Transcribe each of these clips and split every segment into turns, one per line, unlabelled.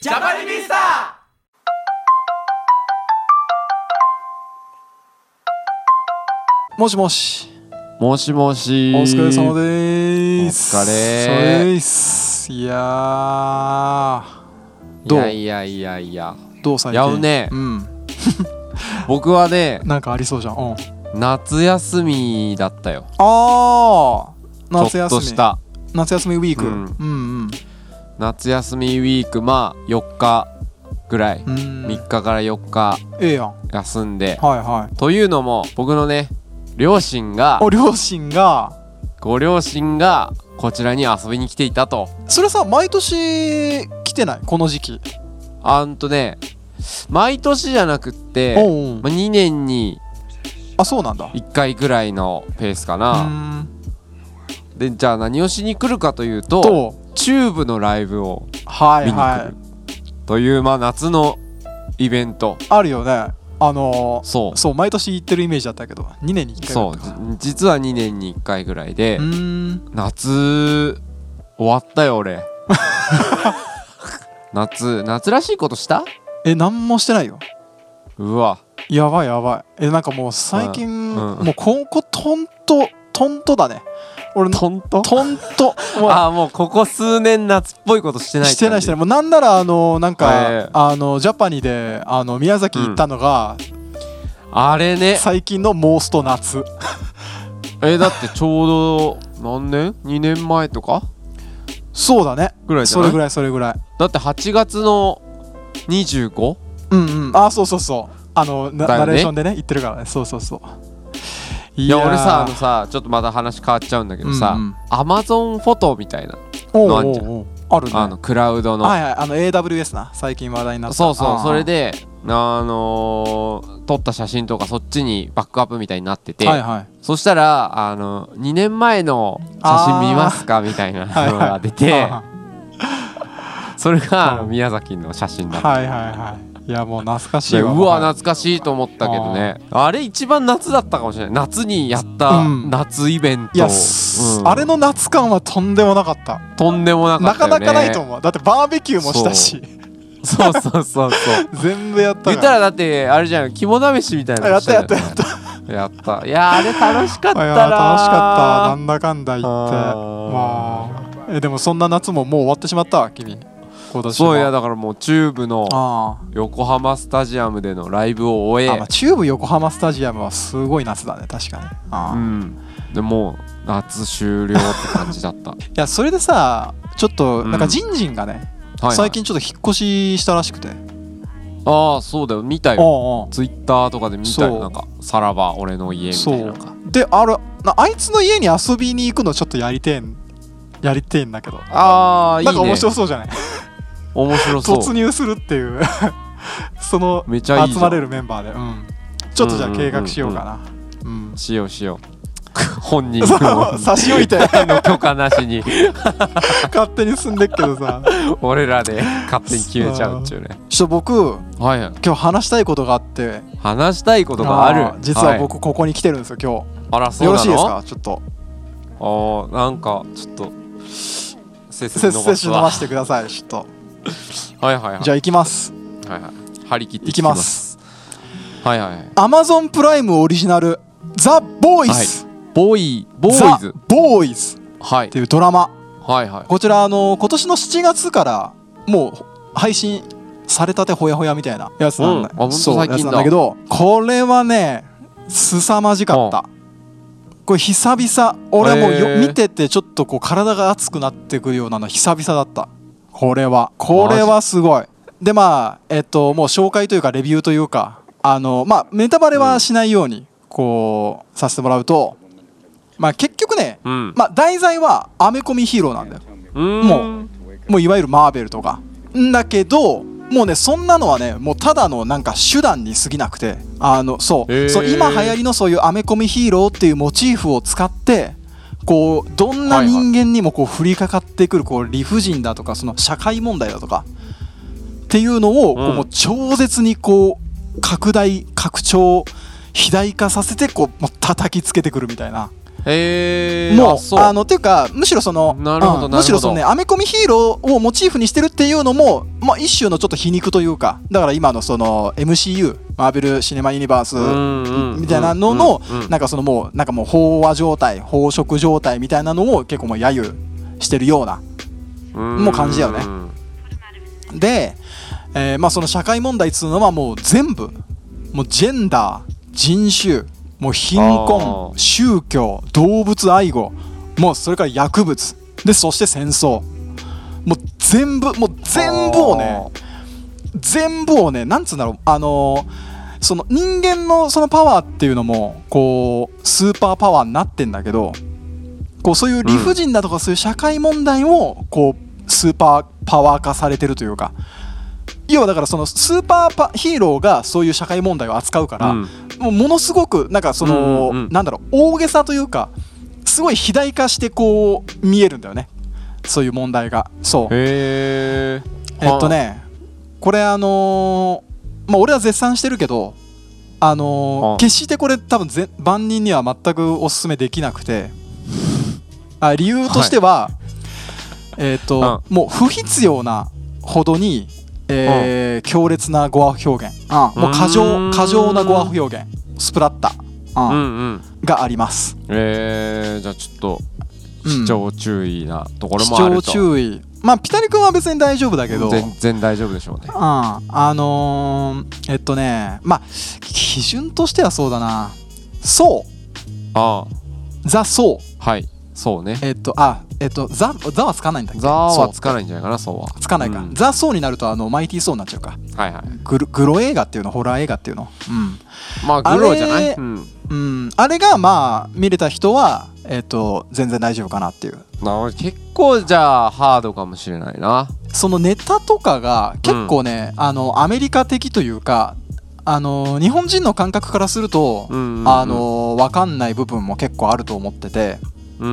ジャパニビスター
もしもし。
もしもし。
お疲れ様でーす。
お疲れ
そうです。いやー。ど
どう
う
いやいやいやいや。
どう最近
やうね
うん。
僕はね、
なんかありそうじゃん。うん。
夏休みだったよ。
あー。夏休み。
ちょっとした。
夏休みウィーク。う
うんん、
うん
夏休みウィーク、まあ、4日ぐらい。
うん。うん。
3日から4日
ええやん。はい
休んで。
はい。
というのも、僕のね、両親が、
お両親が、
ご両親が、こちらに遊びに来ていたと。
それさ、毎年来てないこの時期。
あんとね、毎年じゃなくって、
おうおう
まあ、2年に
あ、そうなんだ。
1回ぐらいのペースか
う
な。
ーん。
で、じゃあ何をしに来るかというと、
と、
チューブのライブを
はい
見に来
は
る
い。
という、まあ、夏のイベント
あるよね。あのー、
そう
そう、毎年行ってるイメージだったけど、2年に1回だ
そ
ったか
うじ実は2年に1回ぐらいで
うーん
夏終わったよ俺 夏夏らしいことした
え何もしてないよ
うわ
やばいやばいえなんかもう最近、
うんうん
もうここトントトントだね俺ト
トント
ントもう
ああもうここ数年夏っぽいことしてない
してないしてない
い
もうなんならあのなんか、
ええ
あのジャパニであの宮崎行ったのが、
あれね
最近のモースト夏
えだってちょうど何年 ?2 年前とか
そうだね
ぐらいじゃ
そ
な
れ
い
ぐらいそれぐらい
だって8月の 25?
うんうんあそうそうそうあのな
だよね
ナレーションでね言ってるからねそうそうそうい
いや俺さあ
ー
のさちょっとまた話変わっちゃうんだけどさ、
うんうん
アマゾンフォトみたいな
おう
のあん
お
じゃ
うんおうあるね
あのクラウドの、
はいはいあの AWS な最近話題になった
そう
あ
そう
ー
それであのー撮った写真とかそっちにバックアップみたいになってて、
はいはい
そしたら、あの2年前の写真見ますかみたいな
はい
の
は
が
い
出て、
は
それが
うん
宮崎の写真だ
い
った、
はいはいいやもう懐かし
で
いうわ
わ懐かしいと思ったけどねあれ一番夏だったかもしれない夏にやった
うん
夏イベント、
いや、す
うん
あれの夏感はとんでもなかった
とんでもなか
な
った
か
よ、ね、
なかないと思うだってバーベキューもしたし
そうそうそうそう
全部やった
言ったらだってあれじゃん肝試しみたいな
や
の
っ
したた
やったやった
たやったいやーあれ楽しかった
い
な
や
ー
楽しかったなんだかんだ言って
あ
まあえでもそんな夏ももう終わってしまったわ君今年は
そういやだからもうチューブの
あ
横浜スタジアムでのライブを終
ー
え
あ、まあ、中部横浜スタジアムはすごい夏だね確かにあー
うんでもう夏終了って感じ だったはい
やそれでさちょっとなんかジンジンがね、
いはい
最近ちょっと引っ越ししたらしくて、
ああそうだよ見たよ
あ
ツイッターとかで見た
そう
よなんかさらば俺の家みたいなの
そ
が
あであれなあいつの家に遊びに行くのちょっとやりてえんやりてえんだけど
ああいい
なん
ね
か面白そうじゃない
面白そう
突入するっていう その
めちゃいいじゃ
集
ん
まれるメンバーでうんちょっとじゃあ
うんうんうんう
計
ん
画しようかなうん
しようしよ う本人
そう差し置 いて
の許可なしに
勝手に進んでっけど さ
俺 らで勝手に決めちゃうっちゅうね
ちょっと僕
はいはい
今日話したいことがあって
話したいことがある
ー実は僕ここに来てるんですよ今
いあら
日
そう
よろ
な
し
の
いですかちょっと
あーなんかちょっとせっせ
接
伸ばす
種伸
わ
ばしてくださいちょっと
はいはいはい
じゃあ行きます
はいはい張り切って
いきます
はいはいはい
アマゾンプライムオリジナル「ザ・ボーイズ」
ボーイボーイズ
ザ・ボーイズ」
はい
っていうドラマ
はいはい
こちらあの今年の7月からもう配信されたてほやほやみたいなやつなんだ,、
うんあほんと
そう
最近
や
だ
つなんだけどこれはね凄まじかったこれ久々俺はもうよ、
へー
見ててちょっとこう体が熱くなってくるようなの久々だったこれはこれはすごいでまあえっともう紹介というかレビューというかあのまあネタバレはしないようにこうさせてもらうと、まあ結局ね、
うん
まあ題材はアメコミヒーローなんだよ
うーん
もうもういわゆるマーベルとかんだけどもうねそんなのはねもうただのなんか手段に過ぎなくてあのそう,、
へー
そう今流行りのそういうアメコミヒーローっていうモチーフを使ってこうどんな人間にもこう降りかかってくるこう理不尽だとかその社会問題だとかっていうのをこう
うん
もう超絶にこう拡大拡張肥大化させてこうもう叩きつけてくるみたいな
えー、
も
あ
う
そう
あのっていうかむしろその
なるほど
うん
なるほど
むしろそのねアメコミヒーローをモチーフにしてるっていうのも、まあ、一種のちょっと皮肉というかだから今のその MCU マーベル・シネマ・ユニバース
うんうん
みたいなのの
うんうん
なんかそのもうなんかもう飽和状態飽食状態みたいなのを結構もう揶揄してるような
も
もう感じだよねで、えーまあ、その社会問題っつうのはもう全部もうジェンダー人種もう貧困
あー
宗教動物愛護もうそれから薬物でそして戦争もう全部もう全部をね全部をねなんつうんだろうあのーその人間のそのパワーっていうのもこうスーパーパワーになってんだけどこうそういう理不尽だとかそういう社会問題をこうスーパーパワー化されてるというか要はだからそのスーパーパヒーローがそういう社会問題を扱うから、
うん
もうものすごくなんかその、
うんうんうん
なんだろう大げさというかすごい肥大化してこう見えるんだよねそういう問題がそう
へえ
えっとねこれあのーまあ俺は絶賛してるけどあの
あ
ー決してこれ多分ぜ万人には全くおすすめできなくてあ理由としては、えっともう不必要なほどに、えー強烈な語話表現、うんもう過
うー
剰
ん
過剰な語話表現スプラッタ、
う
うんん
うん
があります
えー、じゃあちょっと
うん
視聴注意なところ
視
もある
聴
と、
注意まあピタリ君は別に大丈夫だけど
全然大丈夫でしょうね
うん、あのーえっとねまあ基準としてはそうだなそう
あ
ザそう
あはいそうね
えっとあえっとザザはつかないんだっけ
ザーは
そう
つかないんじゃないかなそうは
つかないか、
うん
ザそうになるとあのマイティーそうになっちゃうか
はいはい
グログロ映画っていうのホラー映画っていうの
まあ
あれ
グロじゃない、うん、
うん、うん、あれがまあ見れた人はえっと全然大丈夫かなっていう
な俺結構じゃあハードかもしれないな
そのネタとかが結構ね、あのアメリカ的というかあの日本人の感覚からすると、
うんうんうん
あの分かんない部分も結構あると思ってて
うー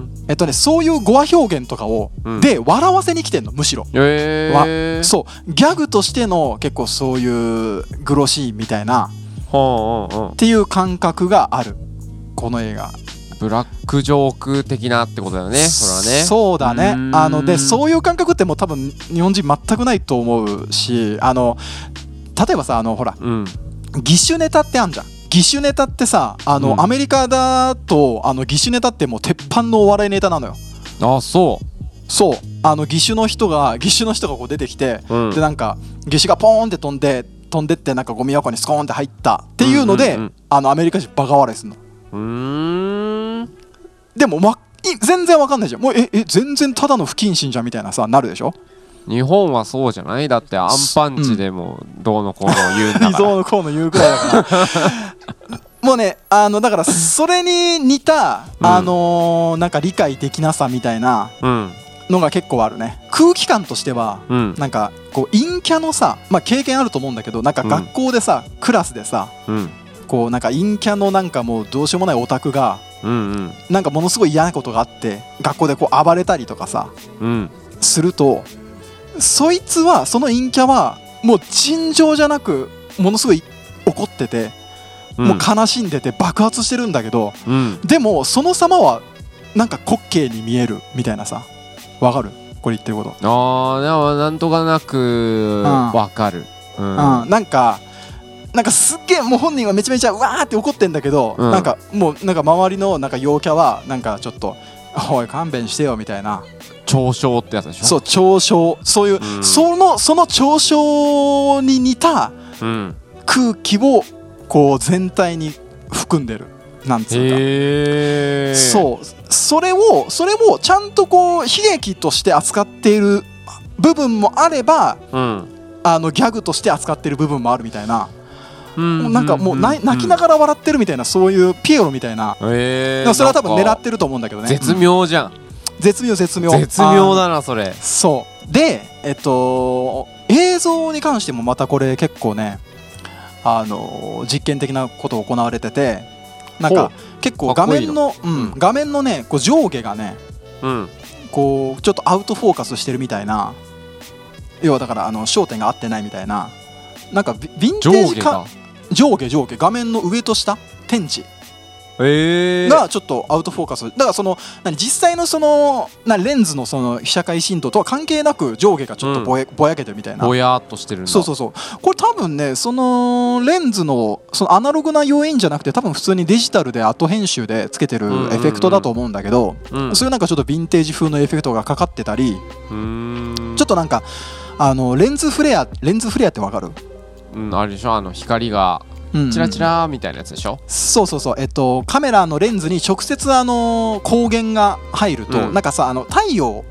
ん
えっとねそういう語話表現とかを、
うん
で笑わせに来てんのむしろ、
えー、
そうギャグとしての結構そういうグロシーンみたいなっ
ほうほうほ
ていう感覚があるこの映画
うブラックジョーク的なってことだよねそれはね
そうだね
ーん
あのでそういう感覚ってもう多分日本人全くないと思うしあの例えばさあのほら
うん
義手ネタってあんじゃん義手ネタってさあの、
うん
アメリカだとあの義手ネタってもう鉄板のお笑いネタなのよ
あそ
そうあの義手の人が義手の人がこう出てきて、
う、うん、
でなんか義手がポーンって飛んで飛んでってなんかゴミ箱にスコーンって入ったっていうので、
うんうんうん
あのアメリカ人バカ笑いするの
うーん
でも、ま、い全然わかんないじゃんもうええ全然ただの不謹慎じゃんみたいなさなるでしょ
日本はそうじゃないだってアンパンチでもどうのこうの言うん
理
だ から、
想のこうの言うくらいだから もうねあのだからそれに似た、
うん
あのーなんか理解できなさみたいな
うん
のが結構あるね空気感としては
うん
なんかこう陰キャのさ、まあ、経験あると思うんだけどなんか学校でさ、クラスでさ
うん
こうなんか陰キャのなんかもうどうしようもないオタクが
うんうん
なんかものすごい嫌なことがあって学校でこう暴れたりとかさ
うん
するとそいつはその陰キャはもう尋常じゃなくものすごい怒ってて、
うん
もう悲しんでて爆発してるんだけど
うん
でもその様はなんか滑稽に見えるみたいなさわかるこれ言ってること、
ああでもなんとかなく
ん
わかるう
うんんなんかなんかすっげえもう本人はめちゃめちゃうわーって怒ってんだけど、
うん
なんかもうなんか周りのなんか陽キャはなんかちょっと「おい勘弁してよ」みたいな
嘲笑ってやつでしょ
そう嘲笑そういう、
うん
そのその嘲笑に似た
う、ん、
空気をこう全体に含んでるなんつうか
へえ
そうそれをそれをちゃんとこう悲劇として扱っている部分もあれば
う、うん
あのギャグとして扱っている部分もあるみたいな、
うん
もうなんかもうな泣きな
ら
がら笑ってるみたいなそういうピエロみたいな、
え
でもそれは多分狙っててると思うんだけどねう
絶
ん
妙じゃん
絶妙絶妙
絶妙だなそれ
そうでえっと映像に関してもまたこれ結構ねあの実験的なこと行われててなん
ほう
か結構
か
画
っこいい
面のうん、画面のねこう上下がね
うん
こうちょっとアウトフォーカスしてるみたいな要はだからあの焦点が合ってないみたいななんかヴィヴィンテ
上
ージ
下が
か上下上下画面の上と下天地
ええ
がちょっとアウトフォーカスだからその何実際のそのなレンズのその被写界深度とは関係なく上下がちょっとぼや,、ぼやけてるみたいな
ぼやーっとしてるんだ
そうそうそうこれ多分ねそのレンズのそのアナログな要因じゃなくて多分普通にデジタルで後編集でつけてるエ
うんうんうん
フェクトだと思うんだけど、
うん、う
そういうなんかちょっとヴィンテージ風のエフェクトがかかってたり
ーん
ちょっとなんかあのレンズフレアレンズフレアってわかる、
うん、あれでしょあの光が
うん
チラチラーみたいなやつでしょ、
そうそうそう、えっと、カメラのレンズに直接あの光源が入ると、
うん
なんかさあの太陽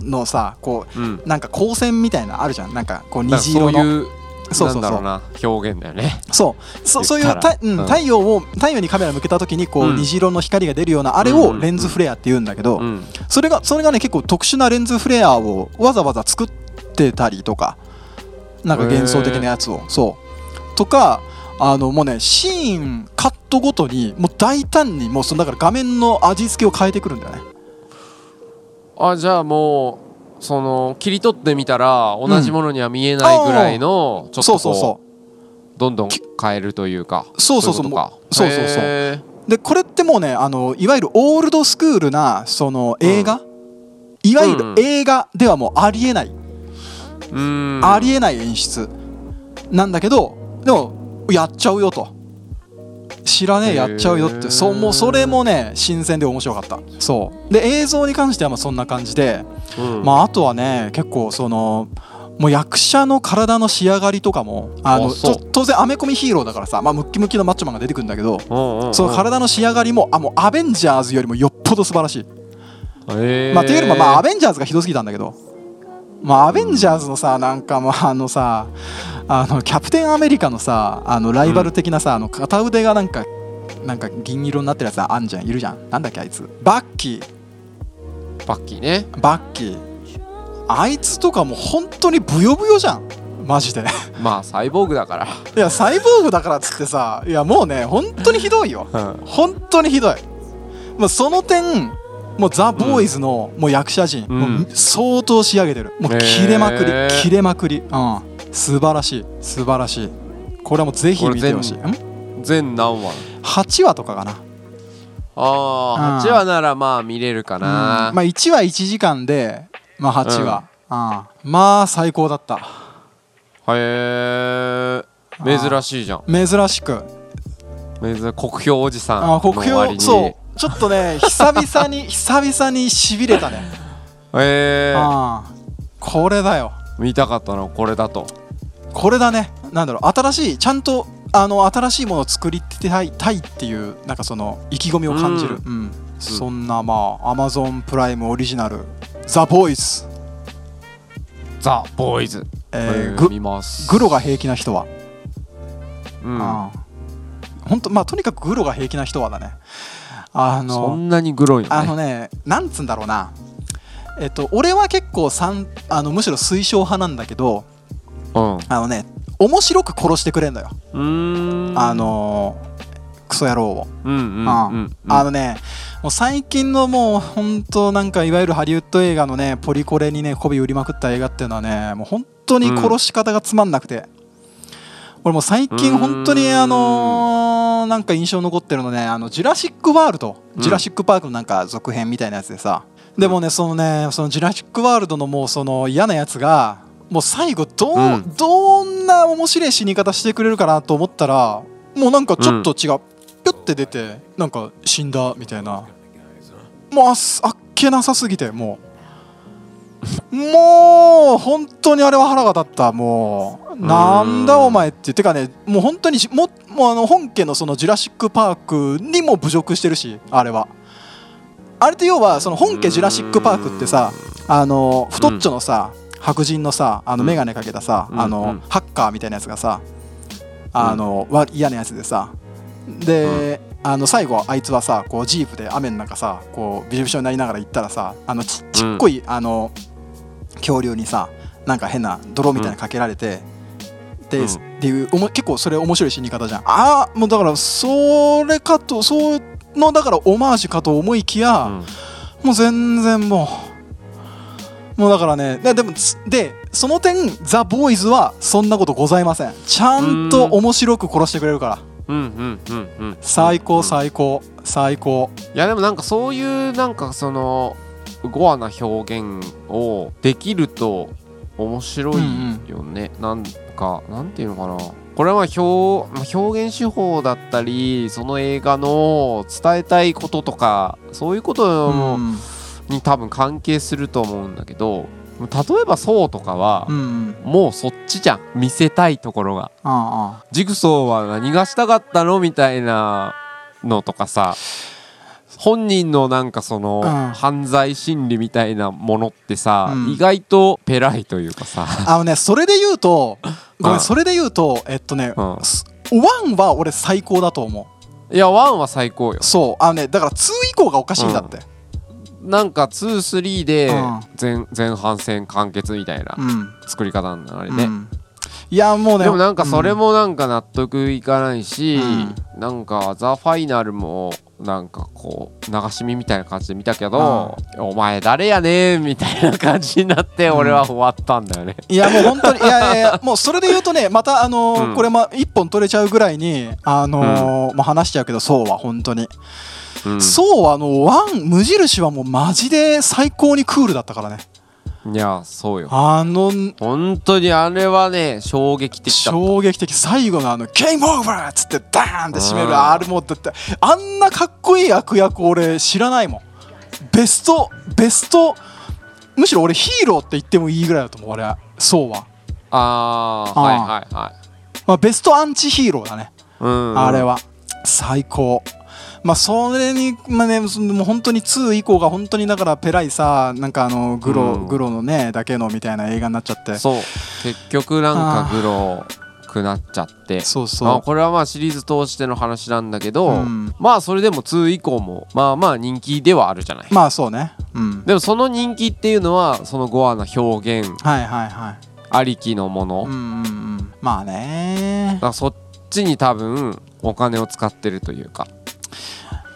のさこ
うん、
うなんか光線みたいなのあるじゃんなんかこう
だから
虹
そ
色
う
の
いう
そうそうそう
なんだろうな表現だよね
そうそ
言ったら
そういうた、うん
うん
太陽を太陽にカメラ向けた時にこう、
うん
虹色の光が出るようなあれ
うんうん
を
うん
レンズフレアって言うんだけど、
うん
それがそれがね結構特殊なレンズフレアをわざわざ作ってたりとかなんか幻想的なやつをそうとかあのもうねシーンカットごとにもう大胆にもうそのだから画面の味付けを変えてくるんだよね
あじゃあもうその切り取ってみたら同じものには見えないぐらいの、ちょっとこ
そうそ
う
うそ
どんどん変えるというか
うそうそうそう
いうことか
そうそうそう
へー
うでこれってもうねあのいわゆるオールドスクールなその映画、いわゆ
う
る
ん
映画ではもうありえない、
うーん
ありえない演出なんだけどでもやっちゃうよと知らねえやっちゃうよっ
へ
て
ー
そうもうそれもね新鮮で面白かったそうで映像に関してはまあそんな感じで、
うん
まあ、あとはね結構そのもう役者の体の仕上がりとかもあの
あそう
ちょ当然アメコミヒーローだからさ、まあ、ムッキムキのマッチョマンが出てくるんだけど
うんうんうん
その体の仕上がりもあもうアベンジャーズよりもよっぽど素晴らしい
へー
まあ、というよりも、まあ、アベンジャーズがひどすぎたんだけど、まあ、アベンジャーズのさ、なんか、まあ、あのさ、あの、キャプテンアメリカのさ、あの、ライバル的なさ、あの、片腕がなんか、なんか銀色になってるやつあんじゃん、いるじゃん。なんだっけ、あいつ。バッキー、
バッキーね
バッキー。あいつとかもう本当にブヨブヨじゃん。マジで。
まあサイボーグだから
いや、サイボーグだからっつってさ、いや、もうね、本当にひどいよ。本当にひどい、まあ、その点もうザ・ボーイズのもう役者陣、
うん
もう相当仕上げてるもう
へー
切れまくり、切れまくり、うん、素晴らしい素晴らしいこれはもうぜひ見てほしい
こ
ん
全何話
8話とかかな
ああ
うん
8話ならまあ見れるかな、
うんまあ、1話1時間で、まあ、8話、うんまあ最高だった
へえ珍しいじゃん
珍しく
珍しい国評おじさん
あ
の
国
割に
評そうちょっとね久々に久々にしびれたね、
へ え
うんこれだよ
見たかったのこれだと
これだねなんだろう新しいちゃんとあの新しいものを作りたいたいっていうなんかその意気込みを感じる、うんそんなまあアマゾンプライムオリジナル「ザ・ボーイズ
ザ・ボーイズ、」
えー
うん
グ
見ます
グロが平気な人は、
うん
ああほんとまあとにかくグロが平気な人はだねあ
そ
の
んなにグロいのね
あのねなんつうんだろうなえっと俺は結構さんあのむしろ推奨派なんだけど
うんう
あのね面白く殺してくれんだよ、
ーん
あのクソ野郎を
うんうん
あ
うんうん
あのね、もう最近のもう本当なんかいわゆるハリウッド映画のねポリコレにね媚び売りまくった映画っていうのはねもう本当に殺し方がつまんなくて、俺もう最近本当に
うーん
あのーなんか印象残ってるのねあのジュラシック・ワールド、
うん
ジュラシック・パークのなんか続編みたいなやつでさでもねそのねそのジュラシック・ワールドのもうその嫌なやつがもう最後ど,、う
うん
どんな面白い死に方してくれるかなと思ったらもうなんかちょっと違う、ピュッて出てなんか死んだみたいなもうあっあっけなさすぎてもうもう本当にあれは腹が立ったもうなんだお前っててかねもう本当にじももうあの本家のそのジュラシック・パークにも侮辱してるしあれはあれって要はその本家ジュラシック・パークってさあの太っちょのさ、白人のさあの
うん
眼鏡かけたさ、
うん
あ
う
の
ん
ハッカーみたいなやつがさあの、わ嫌なやつでさで、あの最後あいつはさこうジープで雨の中さこうびしょびしょになりながら行ったらさあのちちっこい、あの恐竜にさなんか変な泥みたいなのかけられて、で、
うん
っていうおも結構それ面白い死に方じゃんああもうだからそれかとそのだからオマージュかと思いきや、
うん
もう全然もうもうだからねででもつでその点ザ・ボーイズはそんなことございませんちゃんと面白く殺してくれるから
うんうんうんうん
最高最高最高
いやでもなんかそういうなんかそのゴアな表現をできると面白いよね、なんかなんていうのかなこれは表まあ表現手法だったりその映画の伝えたいこととかそういうことも
うん
に多分関係すると思うんだけど例えば「そう」とかは
う、ん
もうそっちじゃん見せたいところが。
ああ
ジグソーは何がしたかったのみたいなのとかさ本人のなんかその、
うん
犯罪心理みたいなものってさ、
うん
意外とペライというかさ
あのねそれで言うとごめ
うん
んそれで言うとえっとね
うん
すワンは俺最高だと思
いやワンは最高よ
うそうあのねだから2以降がおかしいんだって
なんか23で
うん
前,、前半戦完結みたいな
うん
作り方なんだあれ
う
ね、
んいやもうね
でもなんかそれ
う
もなんか納得いかないし、
う
なんか「ザ・ファイナルもなんかこう流し見みたいな感じで見たけど「お前誰やねん」みたいな感じになって
うん
俺は終わったんだよね。
いやもう本当にいやいやい やもうそれで言うとねまたあのー
うん
これも一本取れちゃうぐらいにあのーもう話しちゃうけどそうは本当に
うん
そうはあのワン無印はもうマジで最高にクールだったからね
いやそうよ。
あの
本当にあれはね衝撃的だった。
衝撃的最後のあの「ゲームオーバー!」っつってダーンって締め
う
る
ん
あれもだってあんなかっこいい悪役俺知らないもんベストベストむしろ俺ヒーローって言ってもいいぐらいだと思う俺はそうは、
ああ
あー
はいはいはい。
まあ、ベストアンチヒーローだね
うん、
あれは最高まあそれにまあねそのもう本当に2以降が本当にだからペライさなんかあのグロ、
うん
グロのねだけのみたいな映画になっちゃってそ
そう結局なんかグロくなっちゃって
うそ
あこれはまあシリーズ通しての話なんだけど、
うん
まあそれでも2以降もまあまあ人気ではあるじゃないう
まあそうねうん
でもその人気っていうのはそのゴアな表現
はいはいはい
ありきのもの、
うん
だ
うんうんまあね
からそっちに多分お金を使ってるというか、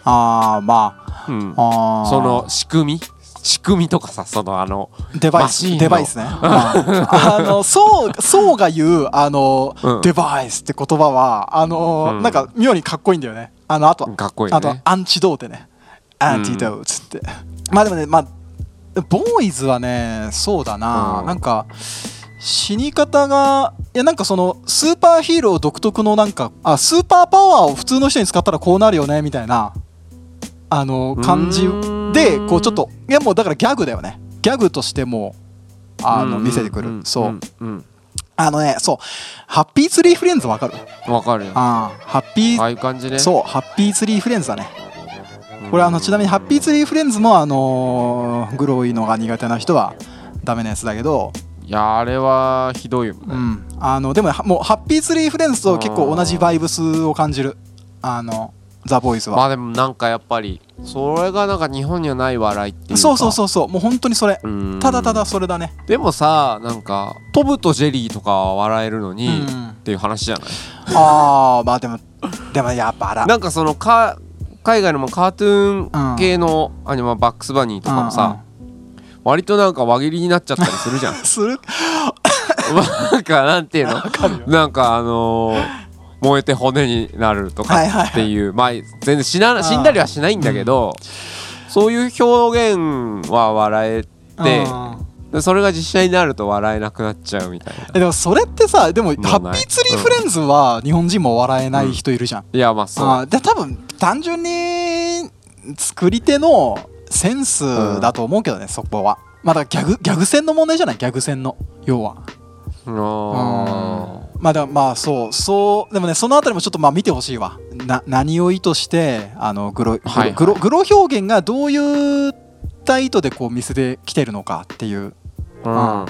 ああまあ
うん、
あー
その仕組み仕組みとかさそのあの
デバイ
マシーン
ス
の
デバイ スね、うんあのそうそうが言うあの、
うん
デバイスって言葉はあの、
うん
なんか妙にかっこいいんだよねあのあと
かっこいいよ
あと
ね
アンチドーテねアンチドーツって、まあでもねまあボーイズはねそうだな、
うん
なんか死に方がいやなんかそのスーパーヒーロー独特のなんかあスーパーパワーを普通の人に使ったらこうなるよねみたいなあの感じ
うーん
でこうちょっといやもうだからギャグだよねギャグとしてもあの見せてくる、そう、
わ、うん
あのねそうハッピーツリーフレンズわかる
うん、わかるよあ
あーハッピー
あいう感じね
そうハッピーツリーフレンズだね
うん
これあのちなみにハッピーツリーフレンズもあのーグロいのが苦手な人はダメなやつだけど、
いやあれはひどいよね、
うん、あのでもはもうハッピーツリーフレンズと結構同じバイブスを感じるあのザ・ボーイズ
ま
は、
あでもなんかやっぱりそれがなんか日本にはない笑いっていうか
そうそうそうそうもう本当にそれ
うん
ただただそれだね
でもさなんかトムとジェリーとかは笑えるのに、
うん
っていう話じゃない
ああまあでもでもやっぱあら
なんかそのか海外のもカートゥーン系のアニメ、バックスバニーとかもさ、割となんか輪切りになっちゃったりする じゃん
する
なんかなんていうの
わかるよ
なんかあのー燃えて骨になると
はいはい
か
はい
っていう、まあ全然死な
うん
死んだりはしないんだけど、そういう表現は笑えて
うん
でそれが実写になると笑えなくなっちゃうみたいな
えでもそれってさでも
うない
ハッピーツリーフレンズは日本人も笑えない人いるじゃん
いやまあそう
あーで多分単純に作り手のセンスだと思うけどね、そこはまあだからギャグギャグ戦の問題じゃないギャグ戦の要は
あ
まあだからまあそうそうでもねそのあたりもちょっとまあ見てほしいわな何を意図してあのグログロ,、
はい
グログロ表現がどういった意図でこう見せてきてるのかっていう
ー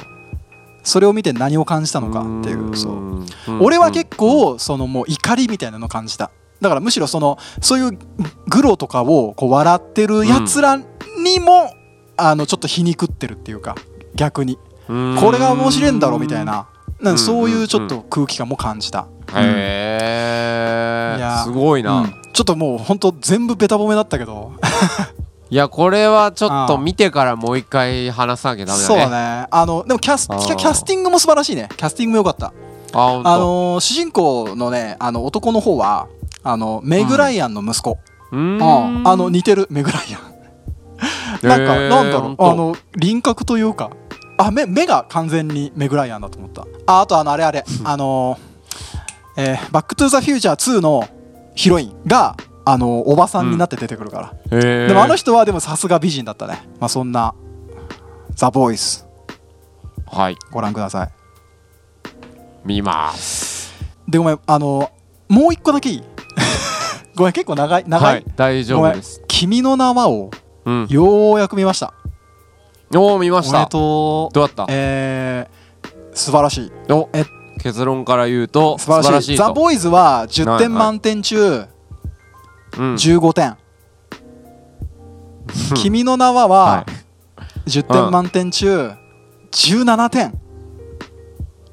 それを見て何を感じたのかっていうそう俺は結構そのもう怒りみたいなの感じただからむしろそのそういうグロとかをこう笑ってるやつらにも、あのちょっと皮肉ってるっていうか逆にこ
こ
れが面白いんだろみたいななん
うん
かそういうちょっと空気感も感じた、
へ
い
え
や
すごいな、
うんちょっともうほんと全部ベタ褒めだったけど
いやこれはちょっ
あ
と
あ
見てからもう一回話さなきゃダメだね
そうだねあのでもキャスキ
あー
ャキャスティングも素晴らしいねキャスティングも良かった
あ本当
あのー主人公のねあの男の方はあのメグライアンの息子、
うー
うん
ん
あの似てるメグライアンなんか、
へー
なんだろ
ほ
うん
と
あの輪郭というかあ目目が完全にメグライアンだと思ったああとあのあれあれあのーえーバック・トゥ・ザ・フューチャー2」のヒロインがあのおばさんになって出てくるから、
へー
でもあの人はでもさすが美人だったね、まあ、そんな「ザ・ボーイス
はい」
ご覧ください
見ます
でごめんあのもう一個だけいい ごめん結構長い長い、
はい大丈
ごめ
夫
ん
です
「君の名は」を
うん
ようやく見ました
おお見まし
俺
た
と
どうだっ
えー素晴らしい
たお
え
結論から言うと
素晴らしい
と
ザ・ボーイズは10
はいはい
点満点中
うん
15点、君の名はは
はい
10点満点中17点、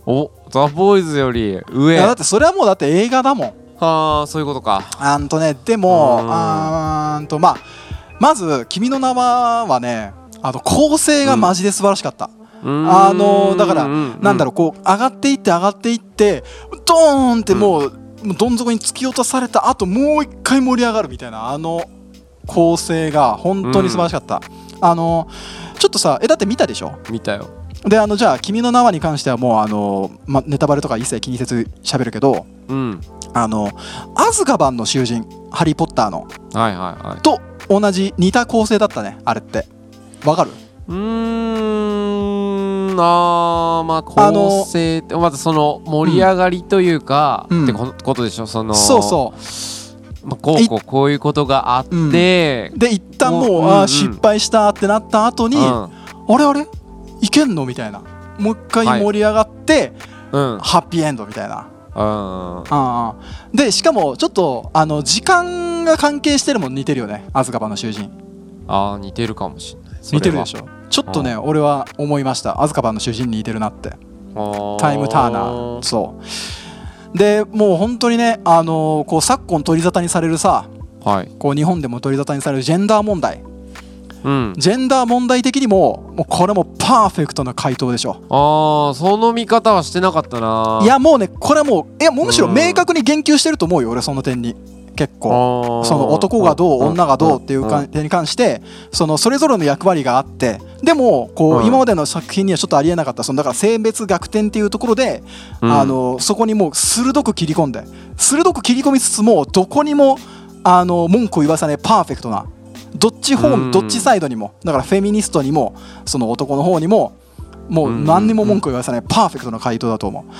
おザ・ボーイズより
い
上
やだってそれはもうだって映画だもん
はあそういうことか
あんとねでも
うーん
あーんとまあまず「君の名は」はねあの構成がマジで素晴らしかった、あ
あ
のだからなんだろうこう上がっていって上がっていってドーンってもう、もうどん底に突き落とされた後もう一回盛り上がるみたいなあの構成が本当に素晴らしかった、あのちょっとさえだって見たでしょ
見たよ
であのじゃあ「君の名は」に関してはもうあの、ま、ネタバレとか一切気にせず喋るけど
うん
あのアズガバンの囚人「ハリー・ポッターの」
はいはいはい
と同じ似た構成だったねあれってわかる
うーんあーまあ
あの
構成ってまずその盛り上がりというか、
うん
ってこことでしょその、
そうそう
まあ、こうこうこういうことがあって
う、で一旦もう
もううん
あー
うん
失敗したってなった後に、
うん
あれあれいけんのみたいなもう一回
はい
盛り上がって、
うんうん
ハッピーエンドみたいな、
あ
うんうんでしかもちょっとあの時間が関係してるもん似てるよねアズカバの囚人
ー似てるかもしれない
似てるでし
ょ
ょちょっとね、俺は思いましたアズカバの囚人に似てるなってタイムターナーそうでもう本当にね、あのーこう昨今取り沙汰にされるさ
はい
こう日本でも取り沙汰にされるジェンダー問題
うん
ジェンダー問題的にももうこれもパーフェクトな回答でしょ
ああその見方はしてなかったない
やもうねこれはもういやむしろ
うん
明確に言及してると思うよ俺その点に結構
そ
その男がどう女がどうっていうか点に関してそのそれぞれの役割があってでもこ
う
うん今までの作品にはちょっとありえなかったそのだから性別逆転っていうところで
うん
あのそこにもう鋭く切り込んで鋭く切り込みつつもどこにもあの文句を言わさないパーフェクトなどっち方
うん
どっちサイドにもだからフェミニストにもその男の方にももう何にも文句を言わさないパーフェクトな回答だと思う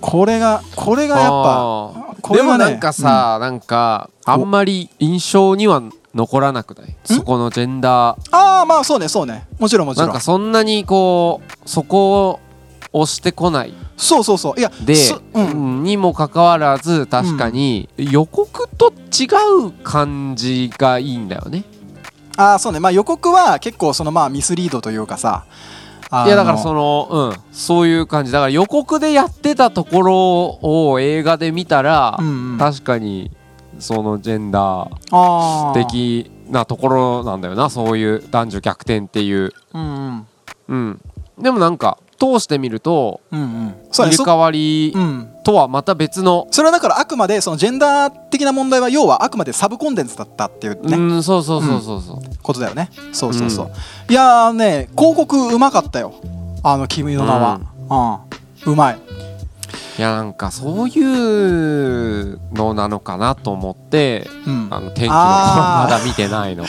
これがこれがやっぱ
あー
これ
で
は
も
ね
なんかさ、なんかあんまり印象には残らなくないそこのジェンダー
ああまあそうねそうねもちろんもち
な
ろ
ん
ん
かそんなにこうそこを押してこない
そうそうそういや、
です
うん、
にもかかわらず確かに予告と違う感じがいいんだよね、
ああそうねまあ予告は結構そのまあミスリードというかさあの
いやだからそのうんそういう感じだから予告でやってたところを映画で見たら、
うんうん
確かにそのジェンダー
あー
的なところなんだよなそういう男女逆転っていう
うんうん
うんでもなんか通してみると
うんうんそうね
入れ
そ
替わり
うん
とはまた別の
それはだからあくまでそのジェンダー的な問題は要はあくまでサブコンテンツだったっていうね、
うんそうそうそうそうそう
ことだよねそうそうそう、いやーね広告うまかったよあの「君の名は」うん、うまい
いやなんかそういうのなのかなと思って
うん
あの天気の子
あ
は
ー
まだ見てな いの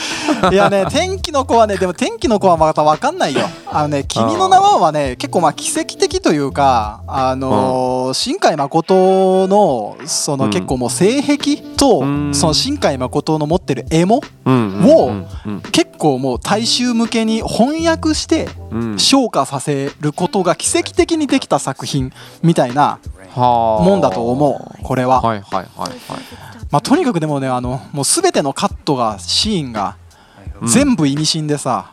いやね天気の子はねでも天気の子はまた分かんないよあのね「君の名は」はね結構まあ奇跡的というかあのー新海誠のその
うん
結構もう性癖と
うん
その新海誠の持ってるエモ
うんうん
もう
うんうん
結構もう大衆向けに翻訳して
うん
昇華させることが奇跡的にできた作品みたいな
はあ
もんだと思うこれは、
はいはいはいはい
まあ、とにかくでもねあのもう全てのカットがシーンが
うん
全部意味深でさ、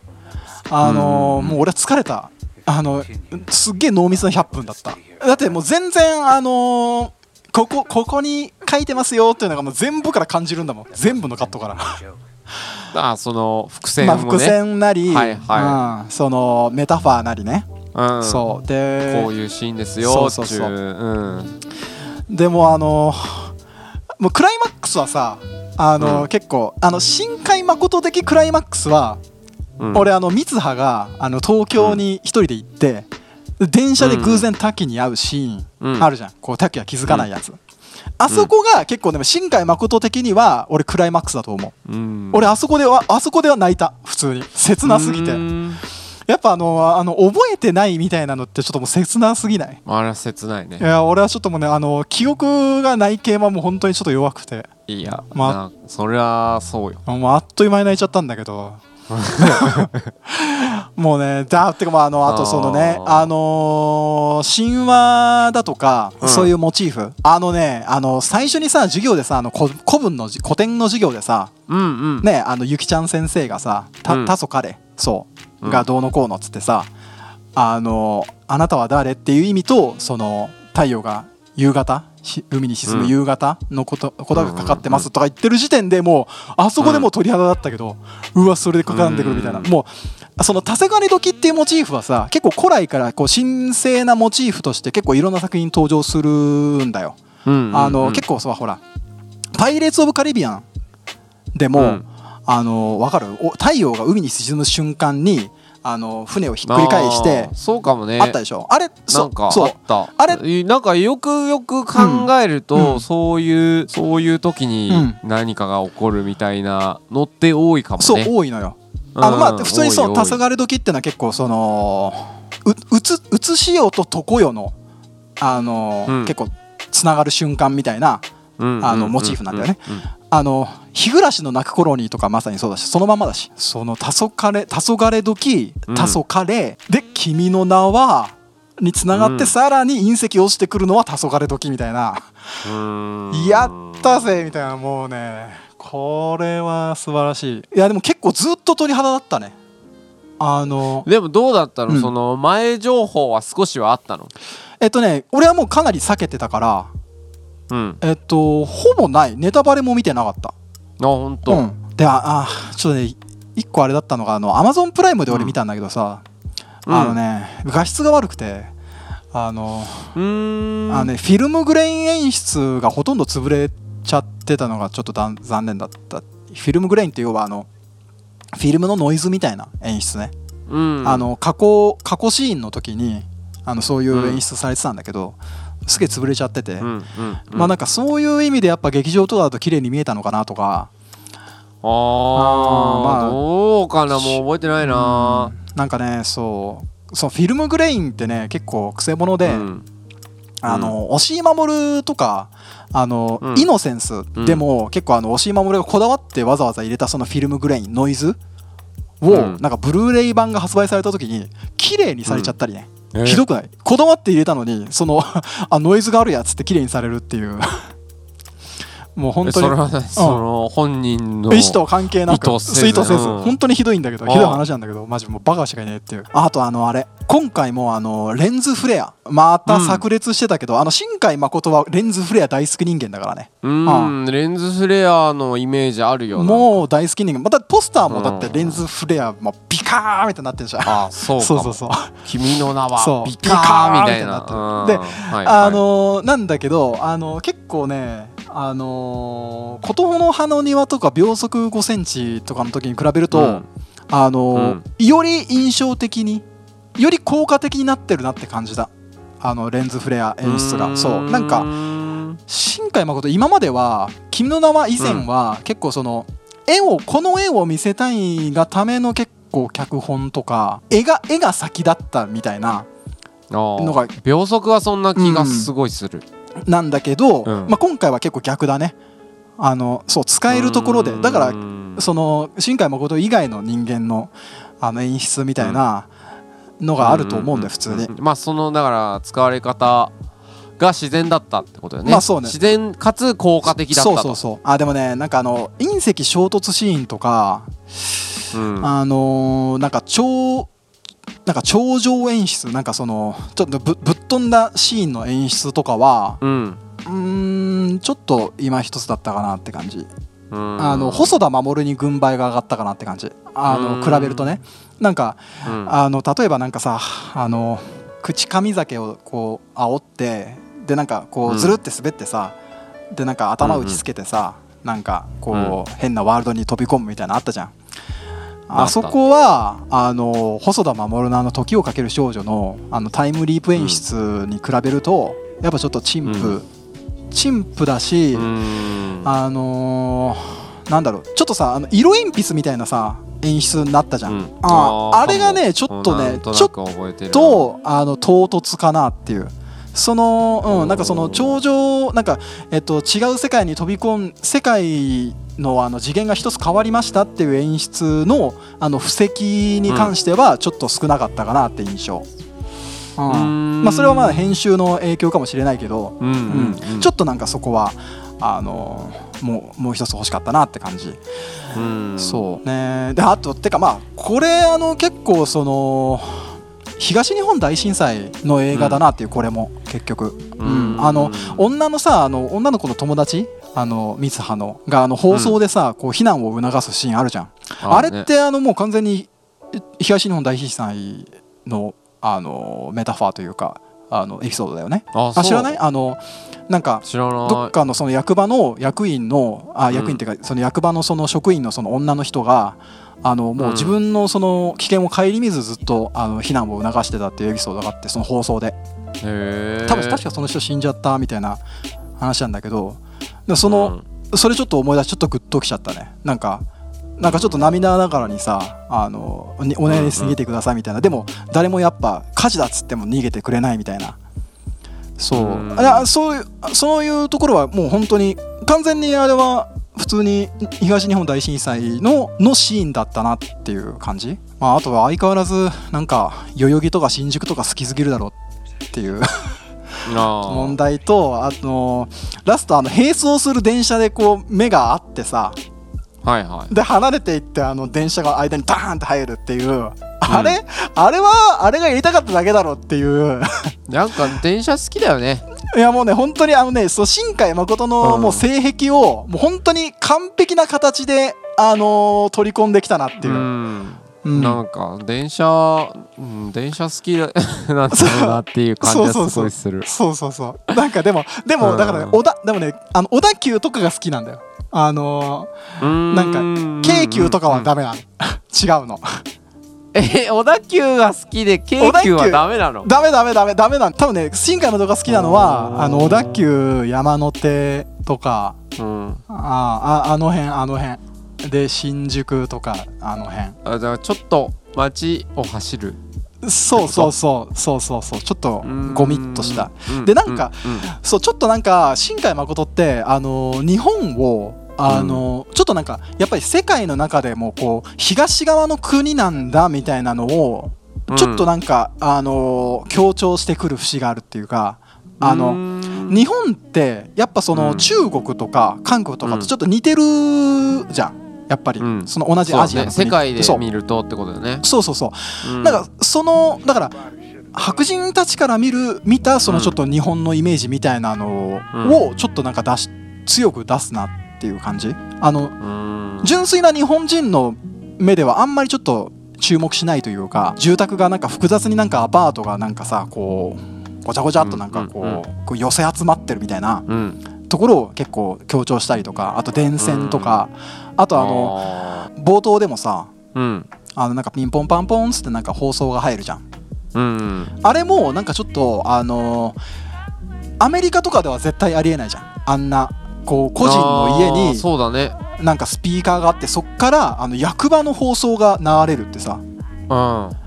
あのー
うん
もう俺は疲れたあのすっげえ濃密な100分だっただってもう全然あのーここここに書いてますよっていうのがもう全部から感じるんだもん全部のカットから
あその伏線
ま
を
あ
ね
伏線なり、
はいは
うんそのメタファーなりね、
うん
そうで
こういうシーンですよ
そう
って
そそ
いうう
う
うん
でもあのもうクライマックスはさあの、
うん
結構あの深海誠的クライマックスは、
うん
俺あの三葉があの東京に一人で行って、電車で偶然滝に会うシーン、
うん
あるじゃんこう滝は気づかないやつ、あそこが結構でも新海誠的には俺クライマックスだと思う、
うん
俺あそこではあそこでは泣いた普通に切なすぎて
うん
やっぱあのあの覚えてないみたいなのってちょっともう切なすぎない
あれは切ないね
いや俺はちょっともうねあの記憶がない系はもう本当にちょっと弱くて
いや、
ま
まあ、そりゃそうよ。
もうあっという間に泣いちゃったんだけ どもうねだってかまああのあとそのね
あー
あのー神話だとか、
うん
そういうモチーフあのねあの最初にさ授業でさあのこ古文のじ古典の授業でさ
うんうん。
ねあのゆきちゃん先生がさ「た
うん
たそかれ」そう
うん
がどうのこうのっつってさ「あのあなたは誰?」っていう意味とその太陽が夕方し海に沈む夕方のことことがかかってますとか言ってる時点でもうあそこでもう鳥肌だったけどうわそれでかかんでくるみたいな
うん
もうその「たせがれ時」っていうモチーフはさ結構古来からこう神聖なモチーフとして結構いろんな作品登場するんだよ。
うんうんうん
あの結構さほら「パイレーツ・オブ・カリビアン」でも、
うん
あのわかるお太陽が海に沈む瞬間にあの船をひっくり返して
あーそうかもね。
あったでしょあれそ
なんか
そ
あ
う
った。
あ
れなんかよくよく考えると、
うんうん
そういうそういう時に
う
何かが起こるみたいなのって多いかもね。
そう、多いのよあのま
う
あ
ん
普通にそ
多
の「
い
黄昏時」ってのは結構そのううつうつしようと常世のあの、
うん
結構つながる瞬間みたいな
多いうんうん
あのモチーフなんだよね
うんうん
あの日暮らしの泣く頃にとかまさにそうだしそのままだしその「黄昏黄昏時
うん
黄昏で君の名は」につながっ
う
て
ん
さらに隕石落ちてくるのは黄昏時みたいな
う
「
ん
やったぜ」みたいなもうねこれは素晴らしいいやでも結構ずっと鳥肌だったねあの
でもどうだったの、
うん
その前情報は少しはあったの。
えっとね俺はもうかなり避けてたから
うん。
えっとほぼないネタバレも見てなかった
あ本当。
う。ん、でああちょっとね一個あれだったのがあのアマゾンプライムで俺見たんだけどさ、
うん
あのね画質が悪くてあの,、
うん。
あのねフィルムグレイン演出がほとんど潰れちゃってたのがちょっとだん残念だったフィルムグレインって要はあのフィルムのノイズみたいな演出ね、
うん。
あの加工加工シーンの時にあのそういう演出されてたんだけど、すげえ潰れちゃってて、
うん。うん。うん
まあなんかそういう意味でやっぱ劇場とかだと綺麗に見えたのかなとか
あ
あ
ー
ーまあ
どうかなもう覚えてないな、
うんなんかねそうそうフィルムグレインってね結構くせ者で、
うん
あの押井守とかあの、
うん
イノセンスでも、結構あの押井守がこだわってわざわざ入れたそのフィルムグレインノイズを、
うん
なんかブルーレイ版が発売された時に綺麗にされちゃったりね、
え
ひどくないこだわって入れたのにその あノイズがあるやつって綺麗にされるっていう もう本当に
それはね、その本人の
意思とは関係なく
意図せず
そう意図せず、
うん
本当にひどいんだけど
ああ
ひどい話なんだけどマジもうバカしかいねえっていうあとあのあれ今回もあのレンズフレアまた炸裂してたけど、あの新海誠はレンズフレア大好き人間だからね
うんレンズフレアのイメージあるよな
もう大好き人間またポスターもだっ
う
て
ん
レンズフレアもうビカーみたいになってるじゃん
あそう か
そう
も
そうそう
君の名
そ
は
う
ビカーみたい
ビカー
な
みたいになってる
うん
で
はいはい
あのーなんだけど、あのー結構ね、あのー、琴の葉の庭とか秒速5センチとかの時に比べると、
うん
あのーより印象的により効果的になってるなって感じだあのレンズフレア演出がそうなん
う
か
ん
新海誠今までは「君の名は」以前は結構その絵をこの絵を見せたいがための結構脚本とか絵が絵が先だったみたいな
あー
のが
秒速はそんな気がすごいする、
なんだけど、
うん
まあ、今回は結構逆だねあのそう使えるところでだからその新海誠以外の人間のあの演出みたいなのがあると思うんだよ普通に。
まあそのだから使われ方が自然だったってことだよね,、
まあそうね
自然かつ効果的だった
そ
と
うそうそうあでもねなんかあの隕石衝突シーンとか、
うん
あのーなんか超なんか頂上演出なんかそのちょっとぶぶっ飛んだシーンの演出とかは
うん
うーんちょっと今一つだったかなって感じ
うん
あの細田守に軍配が上がったかなって感じあの
うん
比べるとねなんか
うん
あの例えばなんかさあの口上酒をこう煽ってでなんかこ
う
うんずるって滑ってさ、でなんか頭打ちつけてさ、なんかこう、変なワールドに飛び込むみたいなのあったじゃん
あ
あ
った
そこはあの細田守のあの「時をかける少女の」あのタイムリープ演出に比べると、やっぱちょっと陳腐、
うん
陳腐だし、
うん
あのーなんだろうちょっとさあの色鉛筆みたいなさ演出になったじゃん、
うん
あ
ー
あれがねちょ
かも
っと
な
ね
んと
ちょ
な
っ
く覚えてるな
とあの唐突かなっていうその、う
おー
ん、なんかその頂上なんか、えっと、違う世界に飛び込む世界のあの次元が一つ変わりましたっていう演出のあの布石に関してはちょっと少なかったかなって印象、う
うんん
まあ、それはまあ編集の影響かもしれないけど、
うんうん
う
うんん
ちょっとなんかそこはあのもうもう一つ欲しかったなって感じ、
うん
そうねであとてかまあこれあの結構その東日本大震災の映画だなっていう、これも結局、うんあの女のさあの女の子の友達あの三葉のがあの放送でさ、こう避難を促すシーンあるじゃんあれっ
ね
てあのもう完全に東日本大震災のあのメタファーというかあのエピソードだよね
あ
あ知らないいあのなんか
知らない
どっかのその役場の役員のあ
うん
役員っていうかその役場のその職員のその女の人があのもう自分のその危険を顧みずずっとあの避難を促してたっていうエピソードがあってその放送で
へー
多分確かその人死んじゃったみたいな話なんだけどでその、それちょっと思い出しちょっとグッときちゃったねなんかなんかちょっと涙ながらにさあのにお願いです逃げてくださいみたいな、でも誰もやっぱ火事だっつっても逃げてくれないみたいなそう、
うん
あそういうあそういうところはもう本当に完全にあれは普通に東日本大震災ののシーンだったなっていう感じ、まあ、あとは相変わらずなんか代々木とか新宿とか好きすぎるだろうっていう
うんあー
問題とあのラストあの並走する電車でこう目が合ってさ
はいはい
で離れていってあの電車が間にバーンって入るっていうあれ、あれはあれがやりたかっただけだろっていう
なんか電車好きだよね。
いやもうね本当にあのねそう新海誠の
うん
もう性癖を、もう本当に完璧な形であのー取り込んできたなっていうう、
ん。
うん
なんか電車、うん、電車好きだ なんだろうなっていう感じ
そう
がす
そ
ご
う
いする。
そうそうそうなんかでもでもだから
うん
小田でもねあの小田急とかが好きなんだよあのなんか
な
ー
ん
京急とかは
だ。
ダメなの 違うの
え、小田急が好きで京急はダメなの。
ダメダメダメダメなの多分ね新海の動画好きなの
お
は
ー
あの小田急山手とか
うん。
あああの辺あの辺で新宿とかあの辺
あ、じゃあちょっと街を走る。
そうそうそうそうそうそうちょっとゴミっとした。でなんか
うん、
そうちょっとなんか新海誠ってあの日本をあの、ちょっとなんかやっぱり世界の中でもこう東側の国なんだみたいなのを
うん
ちょっとなんか、あの強調してくる節があるっていうかあの、
の
日本ってやっぱその
うん
中国とか韓国とかとちょっと似てるじゃんやっぱり、
うん
その同じアジアの国
世界で
そう
見るとってことだよね。
そうそうそう、
うん
なんかそのだから白人たちから見る見たそのちょっと日本のイメージみたいなのをちょっとなんか出し強く出すなっていう感じあの
うん
純粋な日本人の目ではあんまりちょっと注目しないというか住宅がなんか複雑になんかアパートがなんかさこうごちゃごちゃっとなんかこう,、
うんうんうん
こう寄せ集まってるみたいな
うん。
ところを結構強調したりとかあと電線とか、あとあの
の。
冒頭でもさ
うん。
あのなんかピンポンパンポンっつってなんか放送が入るじゃん
うん。
あれもなんかちょっとあのアメリカとかでは絶対ありえないじゃんあんなこう個人の家
あー
に
そうだね。
なんかスピーカーがあってそっからあの役場の放送が流れるってさ
うん。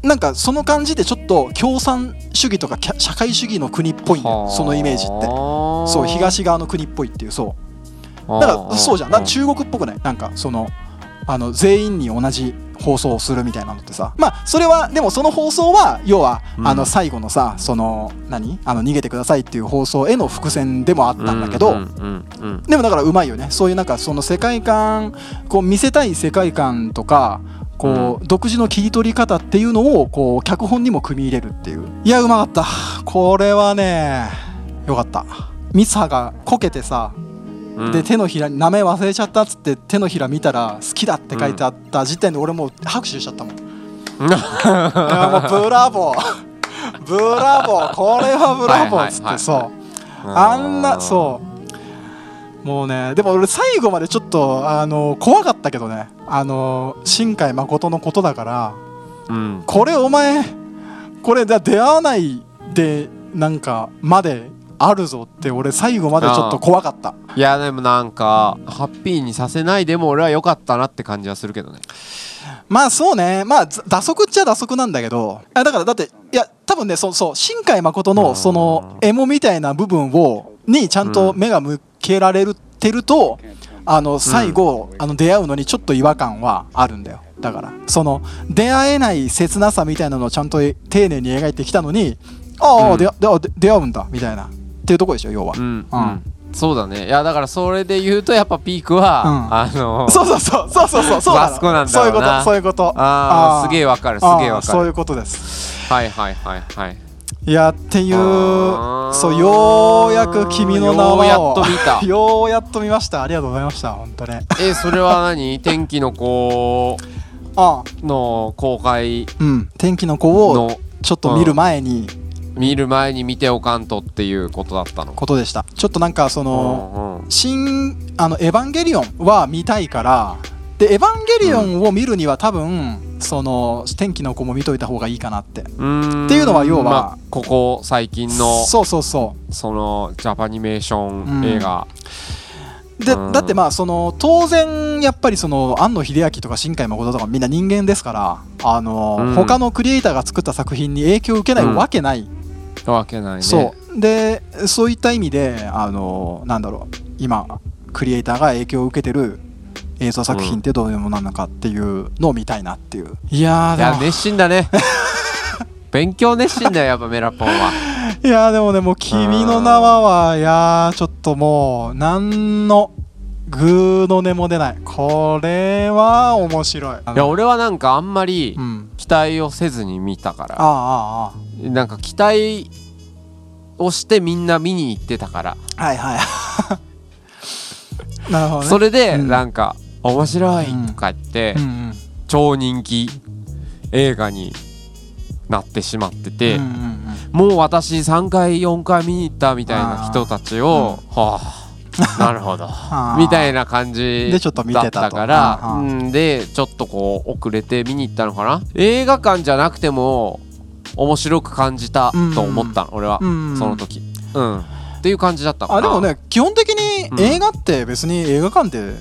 なんかその感じでちょっと共産主義とかきゃ社会主義の国っぽいんだ
は
よ
あ
そのイメージってそう東側の国っぽいっていうそう
あー
だからそうじゃんなんか
う
中国っぽくないなんかそのあの全員に同じ放送をするみたいなのってさまあそれはでもその放送は要は、
うん
あの最後のさその何あの逃げてくださいっていう放送への伏線でもあったんだけど、
うんうんうん
でもだからうまいよねそういうなんかその世界観こう見せたい世界観とかこう、独自の切り取り方っていうのをこう脚本にも組み入れるっていういやうまかったこれはねよかったミサがこけてさ
うんうん
で手のひらに名前忘れちゃったっつって手のひら見たら好きだって書いてあった時点で俺もう拍手しちゃ ったもん、いやもうブラボ ーブラボーこれはブラボーっつっ
は
て
いはいはいはい
そうあんなそうもうねでも俺最後までちょっとあの怖かったけどねあの新海誠のことだから
うん
これお前これだ出会わないでなんかまであるぞって俺最後までちょっと怖かった
いやでもなんかハッピーにさせないでも俺は良かったなって感じはするけどね
まあそうねまあざ打足っちゃ打足なんだけどあだからだっていや多分ねそうそう新海誠
う
の
ん
そのエモみたいな部分をにちゃんと目が向けられてると、あの最後、あの出会うのにちょっと違和感はあるんだよだからその出会えない切なさみたいなのをちゃんと丁寧に描いてきたのにああ、
うん
出会出会出会うんだみたいなっていうとこでしょ要は、
うん、うんそうだねいやだからそれで言うとやっぱピークは、
うん
あ の
そうそうそうそうそうそうそう
マスコなんだ
そういう
ろ
こ
うな
とそういうこと
ああすげえ
え
わかるすげえわか
そうい
る
うことです
はいはいはいはい
いやっていう
あー
そうようやく君の名はを
ようやっと見 た
ようやっと見ましたありがとうございました本当ね
えそれは何 天気の子
あ
の公開
うん天気の子を
の
ちょっと見る前に
見る前に見ておかんとっていうことだったの
ことでしたちょっとなんかその
うんうん
新あのエヴァンゲリオンは見たいからでエヴァンゲリオンを見るには多分その天気の子も見といた方がいいかなって
うーん
っていうのは要は
まあここ最近の
そうそうそ
そのジャパニメーショ
うん
ン映画、
うで
うん
だってまあその当然やっぱりその庵野秀明とか新海誠とかみんな人間ですからあの、
うん
他のクリエイターが作った作品に影響を受けないわけない
わけないね
そうでそういった意味であのなんだろう今クリエイターが影響を受けてる映像作品ってどういうものなのかっていうのを見たいなっていう、いやー
い
で
や
もい
熱心だね 勉強熱心だよやっぱメラポンは
やでもねもう「君の名は」はいやーちょっともう何のグーの音も出ないこれは面白い
いや俺はなんかあんまり
うん
期待をせずに見たか
ああ
ら
あ
なんか期待をしてみんな見に行ってたから
あああはいはい なるほどね
それで
うん
なんか「面白い」とか言って
うんうん
超人気映画になってしまってて
うんうんうん
もう私3回4回見に行ったみたいな人たちをはあなるほど
あー
みたいな感じ
でちょっと見
だ
て
ったた
と
から
うんうん
うんでちょっとこう遅れて見に行ったのかな映画館じゃなくても面白く感じたと思ったの俺は
うん
その時うんっていう感じだったかな
あでもね基本的に
うん
映画って別に映画館で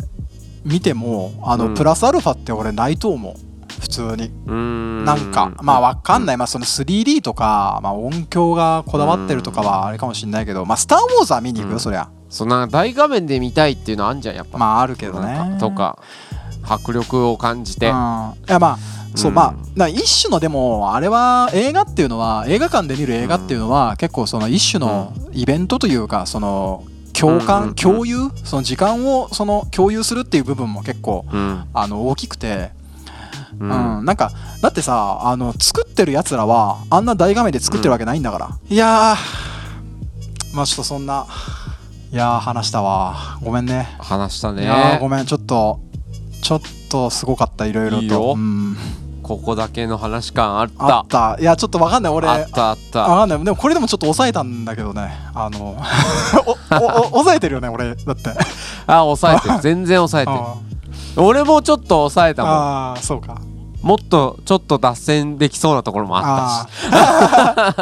見てもあの、
うん
プラスアルファって俺ないと思う普通に
うん
なんかまあわかんない、まあその 3D とか、まあ、音響がこだわってるとかはあれかもしんないけどまあ「スター・ウォーズ」は見に行くよ、
うん
そりゃ
そんな大画面で見たいっていうのあんじゃんやっぱ
まああるけど
なん
ね
かとか迫力を感じて
うん、いやまあそう、
うん
まあな一種のでもあれは映画っていうのは映画館で見る映画っていうのは結構その一種のイベントというかその共
うんうん
感、
うん
共有その時間をその共有するっていう部分も結構
うん
あの大きくて、
う
うんんなんかだってさあの作ってるやつらはあんな大画面で作ってるわけないんだから、いやーまあちょっとそんないやー話したわごめんね
話した
いやー
ね
ごめんちょっとちょっとすごかったいろいろと
いいよ
うん、
ここだけの話感あっ
あ
た
ったいやちょっとわかんない俺
あったあった
わかんないでもこれでもちょっと抑えたんだけどねあの おおお抑えてるよね俺だって
あ抑えてる全然抑えてる
あ
俺もちょっと抑えたもん
あーそうか
もっとちょっと脱線できそうなところもあったし
あ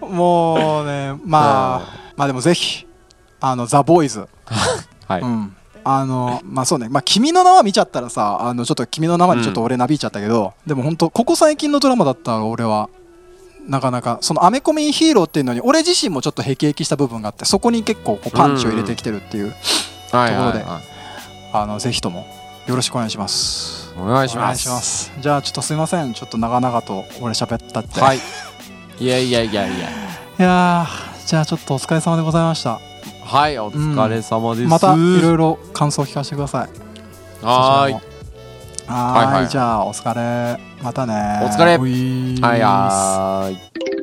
ー もうねまあまあでもぜひあのザ・ボーイズ、
はい、
うんあのまあそうねまあ君の名は見ちゃったらさあのちょっと君の名はにちょっと俺なびいちゃったけど、でも本当ここ最近のドラマだったら俺はなかなかそのアメコミヒーローっていうのに俺自身もちょっとへきした部分があってそこに結構こうパンチを入れてきてるっていう、
はい
ところで
はいはい
あのぜひともよろしくお願いします
お願いし
お
ます
願いしますじゃあちょっとすいませんちょっと長々と俺喋ったって
はいいやいやいやいや
いやーじゃあちょっとお疲れ様でございました
はいお疲れ様です、
またいろいろ感想を聞かせてください
はーい
そちらもはーい
はいはい
じゃあお疲れまたね
お疲れ
ういーす
はいはーい